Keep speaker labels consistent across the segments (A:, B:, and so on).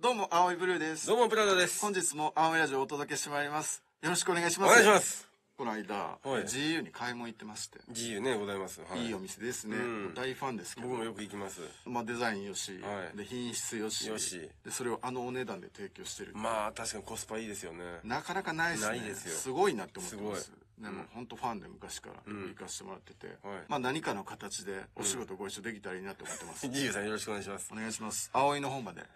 A: どうも、青いブルーです。
B: どうも、プラダです。
A: 本日も青いラジオをお届けしてまいります。よろしくお願いし
B: お
A: ます。
B: 願いします。
A: この間、
B: はい
A: GU に買い物行ってまして、
B: 自由ね、ございます。はい
A: い、お店ですね。
B: うん
A: 大ファンですけど
B: 僕、もよく行きます。
A: まあ、デザインよし、
B: はい
A: で品質よし
B: よし
A: で、それをあのお値段で提供してる。
B: まあ、確かにコスパいいですよね。
A: なかなかないですね。
B: ないですよ
A: ごいなって思ってます
B: す。
A: でも、本当ファンで昔から行かせてもらってて、
B: はい
A: まあ何かの形でお仕事ご一緒できたらいいなって思ってます。
B: 自由さん、よろしくお願いします
A: お。願いします。葵の方までよ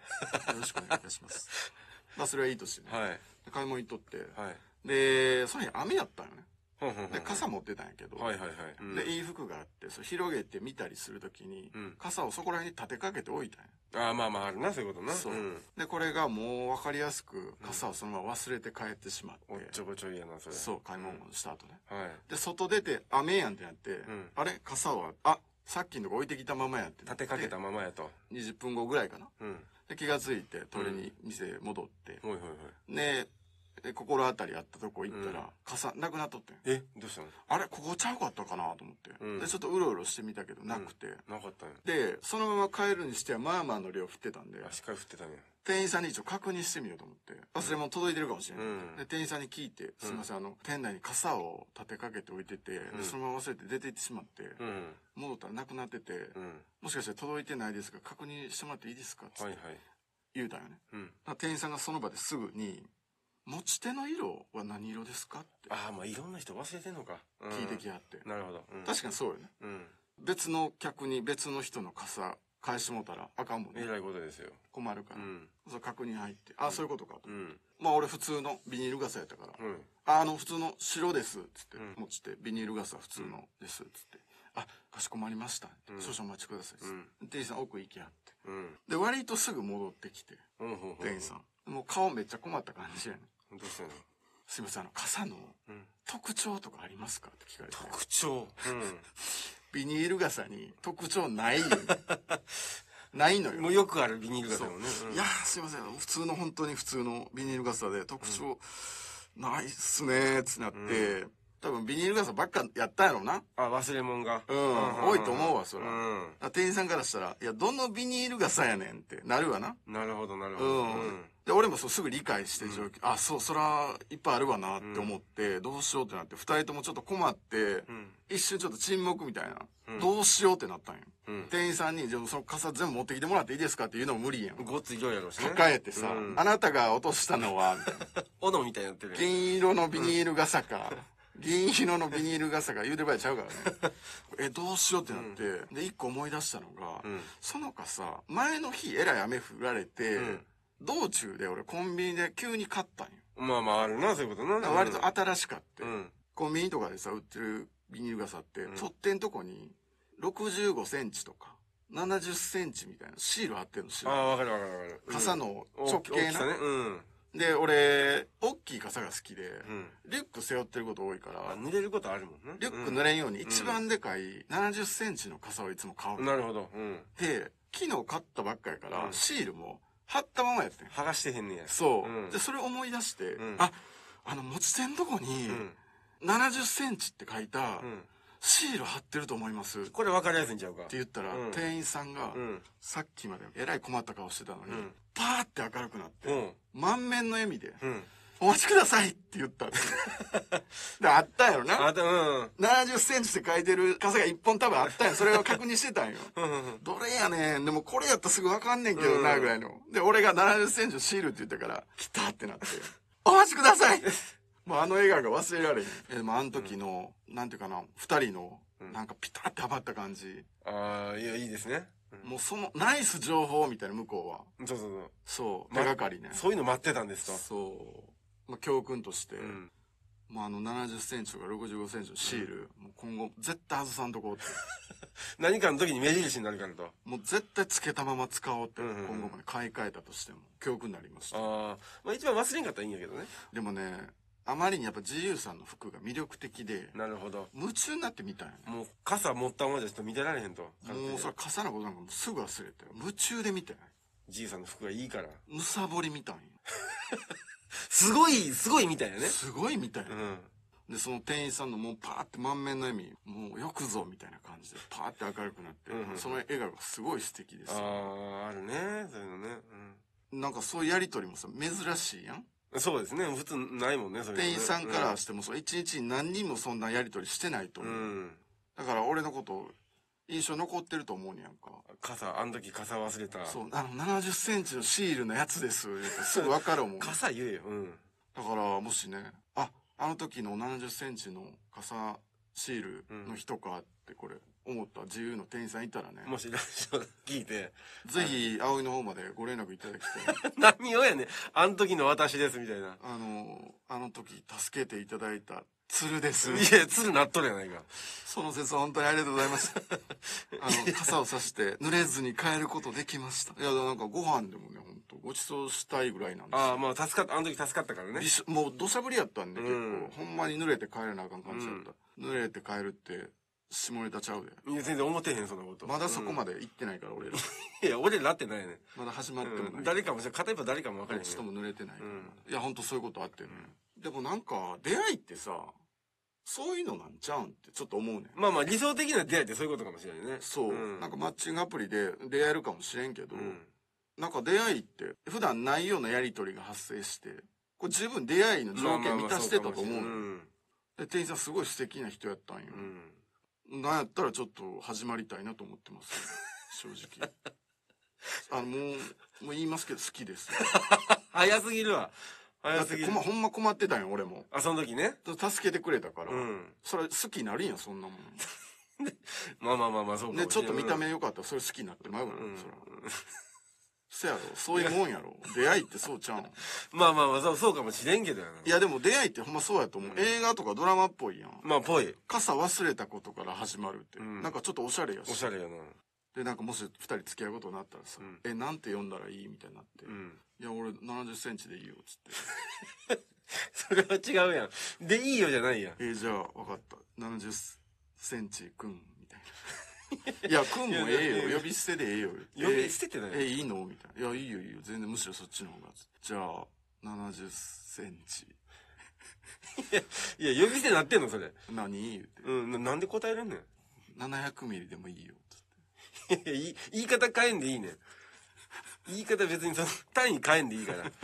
A: ろしくお願いいたし ます。まあそれはいいとしてね。
B: はい。
A: で買い物行っとって、
B: はい。
A: で、その日雨やったんよね。
B: ほんほんほん
A: で、傘持ってたんやけど、
B: はいはいはい。うん
A: で、いい服があって、それ広げて見たりするときに、
B: うん
A: 傘をそこら辺に立てかけておいたんや。
B: ああ、まあまあ、あるな、そういうことな。
A: そう。
B: ん
A: で、これがもうわかりやすく、傘をそのまま忘れて帰ってしまって、
B: おっちょこちょいやな、それ。
A: そう、買い物した後ね。
B: はい。
A: で、外出て、雨やんってなって、
B: ん
A: あれ傘は、あ、さっきのとこ置いてきたままやってな
B: 立
A: って
B: てかけたままやと。
A: 20分後ぐらいかな。
B: うん。
A: で、気がついて、取りに店へ戻って、
B: ほいほいほい。
A: で、で心当たりあったとこ行ったら、
B: うん
A: 傘なくなっとってん
B: え、どうしたの
A: あれここちゃうかったかなと思って、
B: うん
A: でちょっとうろうろしてみたけどなくて、
B: なかったんや。
A: でそのまま帰るにしてはまあまあの量降ってたんで
B: あ、しっかり降ってたね。
A: 店員さんに一応確認してみようと思って忘れ物届いてるかもしれない、
B: うん
A: で店員さんに聞いて「すいません、あの店内に傘を立てかけて置いてて、で
B: うん
A: そのまま忘れて出て行ってしまって、
B: うん。
A: 戻ったらなくなってて、
B: うん。
A: もしかして届いてないですが確認してもらっていいですか?」っ
B: はいは
A: て
B: い。
A: 言うたんよね、
B: うん。
A: だから店員さんがその場ですぐに「持ち手の色は何色ですか?」って
B: ああ、まあ、いろんな人忘れてんのか。うん
A: 聞いてきはって、
B: なるほど。うん
A: 確かにそうよね
B: うん。
A: 別の客に別の人の傘返してもうたらあかんもん
B: え
A: ね
B: らいことですよ。
A: 困るか
B: う
A: ら、
B: ん。
A: そう確認入ってあそういうことかと、
B: うん。
A: まあ俺普通のビニール傘やったから、
B: うん。
A: ああの普通の白ですっつって、
B: うん
A: 持ちてビニール傘普通のですっつって、あかしこまりました、
B: うん
A: 少々お待ちくださいっつって、店員さん奥行きあって
B: うん。
A: で割とすぐ戻ってきて
B: うん。うん。うん
A: 店員さん、もう顔めっちゃ困った感じやね
B: どうしたの
A: すいませんあの傘の
B: うん。
A: 特徴とかありますかって聞かれて
B: 特徴。
A: ビニール傘に特徴ない よねないの
B: う
A: よ
B: ん。もうよくあるビニール傘もね。うん
A: いやーすいません普通の本当に普通のビニール傘で特徴ないっすねーってなって、多分ビニール傘ばっかやったんやろうなだか
B: あ、忘れ物が。
A: うん多いと思うわそら
B: うん。
A: ら店員さんからしたら「いやどのビニール傘やねん」ってなるわな
B: なるほど、なる
A: う
B: ほど。
A: ん、で俺もそうすぐ理解して状況、あそうそらいっぱいあるわなって思って、どうしようってなって2人ともちょっと困って、
B: うん。
A: 一瞬ちょっと沈黙みたいな、
B: うん
A: どうしようってなったんよ
B: うん。
A: 店員さんに「じゃあその傘全部持ってきてもらっていいですか?」って言うのも無理やん
B: ごっつい量やろうしね。
A: 抱えてさ、
B: うん
A: あなたが落としたのは」みたいな
B: 斧みたいになってるやん。
A: 銀色のビニール傘か、銀色のビニール傘か言うてばやちゃうからねえどうしようってなって、で一個思い出したのが、
B: うん
A: その傘前の日えらい雨降られて、
B: うん
A: 道中で俺コンビニで急に買ったんよ
B: まあまあ、あるな、そういうことな。
A: だから割と新しかって、
B: うん。
A: コンビニとかでさ売ってるビニール傘って、
B: ん
A: 取っ手んとこに6 5センチとか7 0センチみたいなシール貼ってるの知
B: あ
A: らん
B: あ、わかるわかるわかる。うん
A: 傘の直径
B: 大きさ
A: な、
B: ね。うん。
A: で俺大きい傘が好きで、
B: うん。
A: リュック背負ってること多いから、
B: あ、濡れることあるもんね。
A: リュック濡れんように一番でかい70センチの傘をいつも買う
B: うん。。なるほど。うん。
A: で、昨日買ったばっかやから
B: う、ん
A: シールも貼ったままやってん。
B: 剥がしてへんねや。
A: そうう。
B: ん
A: で、それ思い出して
B: うん、
A: あ、あの持ち手のとこ
B: う
A: に
B: ん。
A: 70センチって書いた
B: うん。
A: シール貼ってると思いますって
B: これわかりやすいんちゃうか。
A: 言ったら
B: う、ん
A: 店員さんが
B: うん。
A: さっきまでえらい困った顔してたのに
B: うん、
A: パーって明るくなって、
B: うん。
A: 満面の笑みで、
B: うん。
A: お待ちくださいって言ったん ですよで、あったんやろな。
B: あ、でもうん。
A: 70センチって書いてる傘が1本多分あったんよ。それを確認してたんよ。
B: うんうんうん。
A: どれやねん。でもこれやったらすぐわかんねんけどな、
B: うん
A: ぐらいの。で、俺が70センチのシールって言ったから、来たって なって、お待ちくださいもうあの笑顔が忘れられへん。え、でもあの時の、なんていうかな、二人の、なんかピタってはまった感じ。
B: ああ、いや、いいですね。うん
A: もうその、ナイス情報みたいな、向こうは。
B: そうそうそう。
A: そう、
B: ま
A: 手がかりね。
B: そういうの待ってたんですと。
A: そう。まあ、教訓として、
B: うん。
A: まあ、あの70センチとか65センチのシール、もう今後絶対外さんとこうって。
B: 何かの時に目印になるからと。
A: もう絶対つけたまま使おうって、
B: うんうんうん
A: 今後まで買い替えたとしても教訓になりました
B: ああ。まあ一番忘れんかったらいいんやけどね。
A: でもねあまりにやっぱ GU さんの服が魅力的で
B: なるほど。
A: 夢中になってみたんやね
B: もう傘持ったままじゃちょっと見てられへんと。
A: もうそれ
B: れ。
A: 傘のことなんかもうすぐ忘れて夢中で見て
B: じいさんの服がいいから。
A: むさぼり見たんや、
B: すごい、すごいみたいなね。
A: すごい見たんや、
B: うん。
A: でその店員さんのもうパーって満面の笑みもうよくぞみたいな感じでパーって明るくなって、
B: うんうん
A: その笑顔がすごい素敵ですよ
B: ああ、あるね。そういうのね。
A: なんかそういうやりとりもさ、珍しいやん。
B: そうですね。普通ないもんね、それね
A: 店員さんからしてもそう、一日に何人もそんなやりとりしてないと
B: う
A: 思う。
B: ん。
A: だから俺のこと、印象残ってると思うねやんか。
B: 傘、あの時傘忘れた。
A: そう、あの、70センチのシールのやつです。言うてすぐわか るもん。だか
B: 傘言えよ。うん。
A: ら、もしね、あ、あの時の70センチの傘シールの人かってこれ、思った自由の店員さんいたらね、
B: もしラジオ聞いて、
A: ぜひ、葵の方までご連絡いただきたい。
B: 何をやねん。あの時の私です、みたいな。
A: あの、あの時助けていただいた鶴です。
B: いや、鶴なっとるやないか。
A: その説は本当にありがとうございま した。あの、傘を差して濡れずに帰ることできました。いや、なんかご飯でもね、本当ごちそうしたいぐらいなんですよ
B: ああ、まあ、助かった、あの時助かったからね
A: び。しょもう土砂降りやったんで、結構、
B: うん
A: ほんまに濡れて帰れなあかん感じだった、濡れて帰るって下ネタちゃうで
B: いや、全然思ってへん、そんなこと。
A: まだそこま
B: で。
A: で行ってないから、俺ら
B: いや、俺らってないね
A: まだ始ま
B: ん
A: ってもない、
B: うん。誰かもしれん。片一方誰かも分か
A: ど
B: ら
A: っ
B: へん
A: ち
B: よ
A: と。も濡れてないから、
B: う
A: いやほんとそういうことあってね、でもなんか出会いってさそういうのなんちゃうんってちょっと思うねん
B: まあまあ、理想的な出会いってそういうことかもしれないね。
A: そう、
B: ん
A: なんかマッチングアプリで出会えるかもしれんけど、
B: うん。
A: なんか出会いって普段ないようなやり取りが発生してこれ十分出会いの条件満たしてたと思う,、
B: まあまあまあそうかもしれん
A: で店員さんすごい素敵な人やったんよ、
B: うん。うん
A: なんやったらちょっと始まりたいなと思ってます、 正直。あの、もう、もう言いますけど好きです。
B: 早すぎる
A: だ
B: わ。早
A: っ
B: す
A: て
B: ぎ
A: こ
B: る
A: ま、。ほんま困ってたんよ、俺も。
B: あ、その時ね。
A: 助けてくれたから。
B: うん。
A: それ好きになるんや、そんなも
B: まあまあまあまあ、そうか
A: ん。
B: もしれ
A: ね、
B: ん。
A: ちょっと見た目良かったらそれ好きになってまう
B: う
A: か
B: ん。
A: ら、
B: うん
A: そら。せやろ、そういうもんやろ。出会いってそうちゃうん。
B: まあまあまあ、そうそうかもしれんけどやな。
A: いや、でも出会いってほんまそうやと思う。
B: うん
A: 映画とかドラマっぽいやん。
B: まあ、ぽい。
A: 傘忘れたことから始まるって。
B: うん
A: なんかちょっとおしゃれやし。
B: おしゃれやな。
A: で、なんかもし二人付き合うことになったらさ、
B: うん
A: え、なんて読んだらいいみたいになって。
B: うん。
A: いや、俺70センチでいいよ、つって。
B: それは違うやん。で、いいよじゃないやん。
A: えーじゃあ、わかった。70センチ、くん、みた いな。いや、くんもええよ。呼び捨てでええよ。
B: 呼び捨ててない
A: えーえーいいのみたいな。いや、いいよ、いいよ。全然、むしろそっちの方が。じゃあ、70センチ。
B: いや、呼び捨てなってんの、それ。
A: 何言うて。
B: うん、ななんで答えれん ねん。
A: 700ミリでもいいよ。つって
B: いやい言い方変えんでいいねん。言い方別にその 単位変えんでいいから。い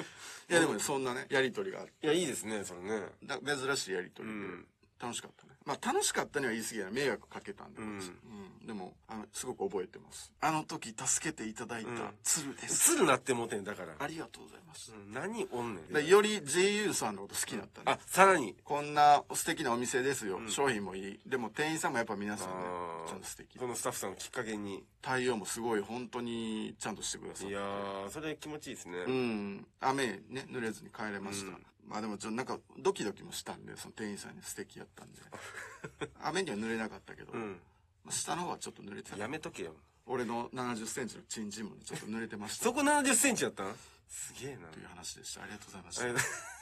A: いや、でもねそんなね、やりとりがあって。
B: や、いいですね、それね。
A: だ珍しいやりと
B: う
A: りで、
B: ん。
A: 楽しかったね。まあ、楽しかったには言い過ぎやな。迷惑かけたんで、
B: うん
A: こっちうんでも、あの、すごく覚えてます。あの時、助けていただいた
B: うん
A: 鶴です。
B: するなってもうてん、だから。
A: ありがとうございます
B: う。ん何おんねん。
A: でより JU さんのこと好きだったね、
B: あ、さらに。
A: こんな素敵なお店ですよ、
B: うん
A: 商品もいいでも店員さんもやっぱ皆さんね
B: あー
A: ちゃんと素敵
B: このスタッフさんをきっかけに。
A: 対応もすごい本当にちゃんとしてくださっ
B: い
A: て
B: やー、それ気持ちいいですね。
A: うん雨ね濡れずに帰れました、
B: うん
A: まあでもちょっとなんかドキドキもしたんでその店員さんに素敵やった んで雨には濡れなかったけど、
B: うん。
A: まあ下の方はちょっと濡れてた
B: やめとけよ。
A: 俺の7 0センチのチンチンもねちょっと濡れてました
B: そこ70センチやったんすげえな。
A: という話でしたありがとうございました
B: え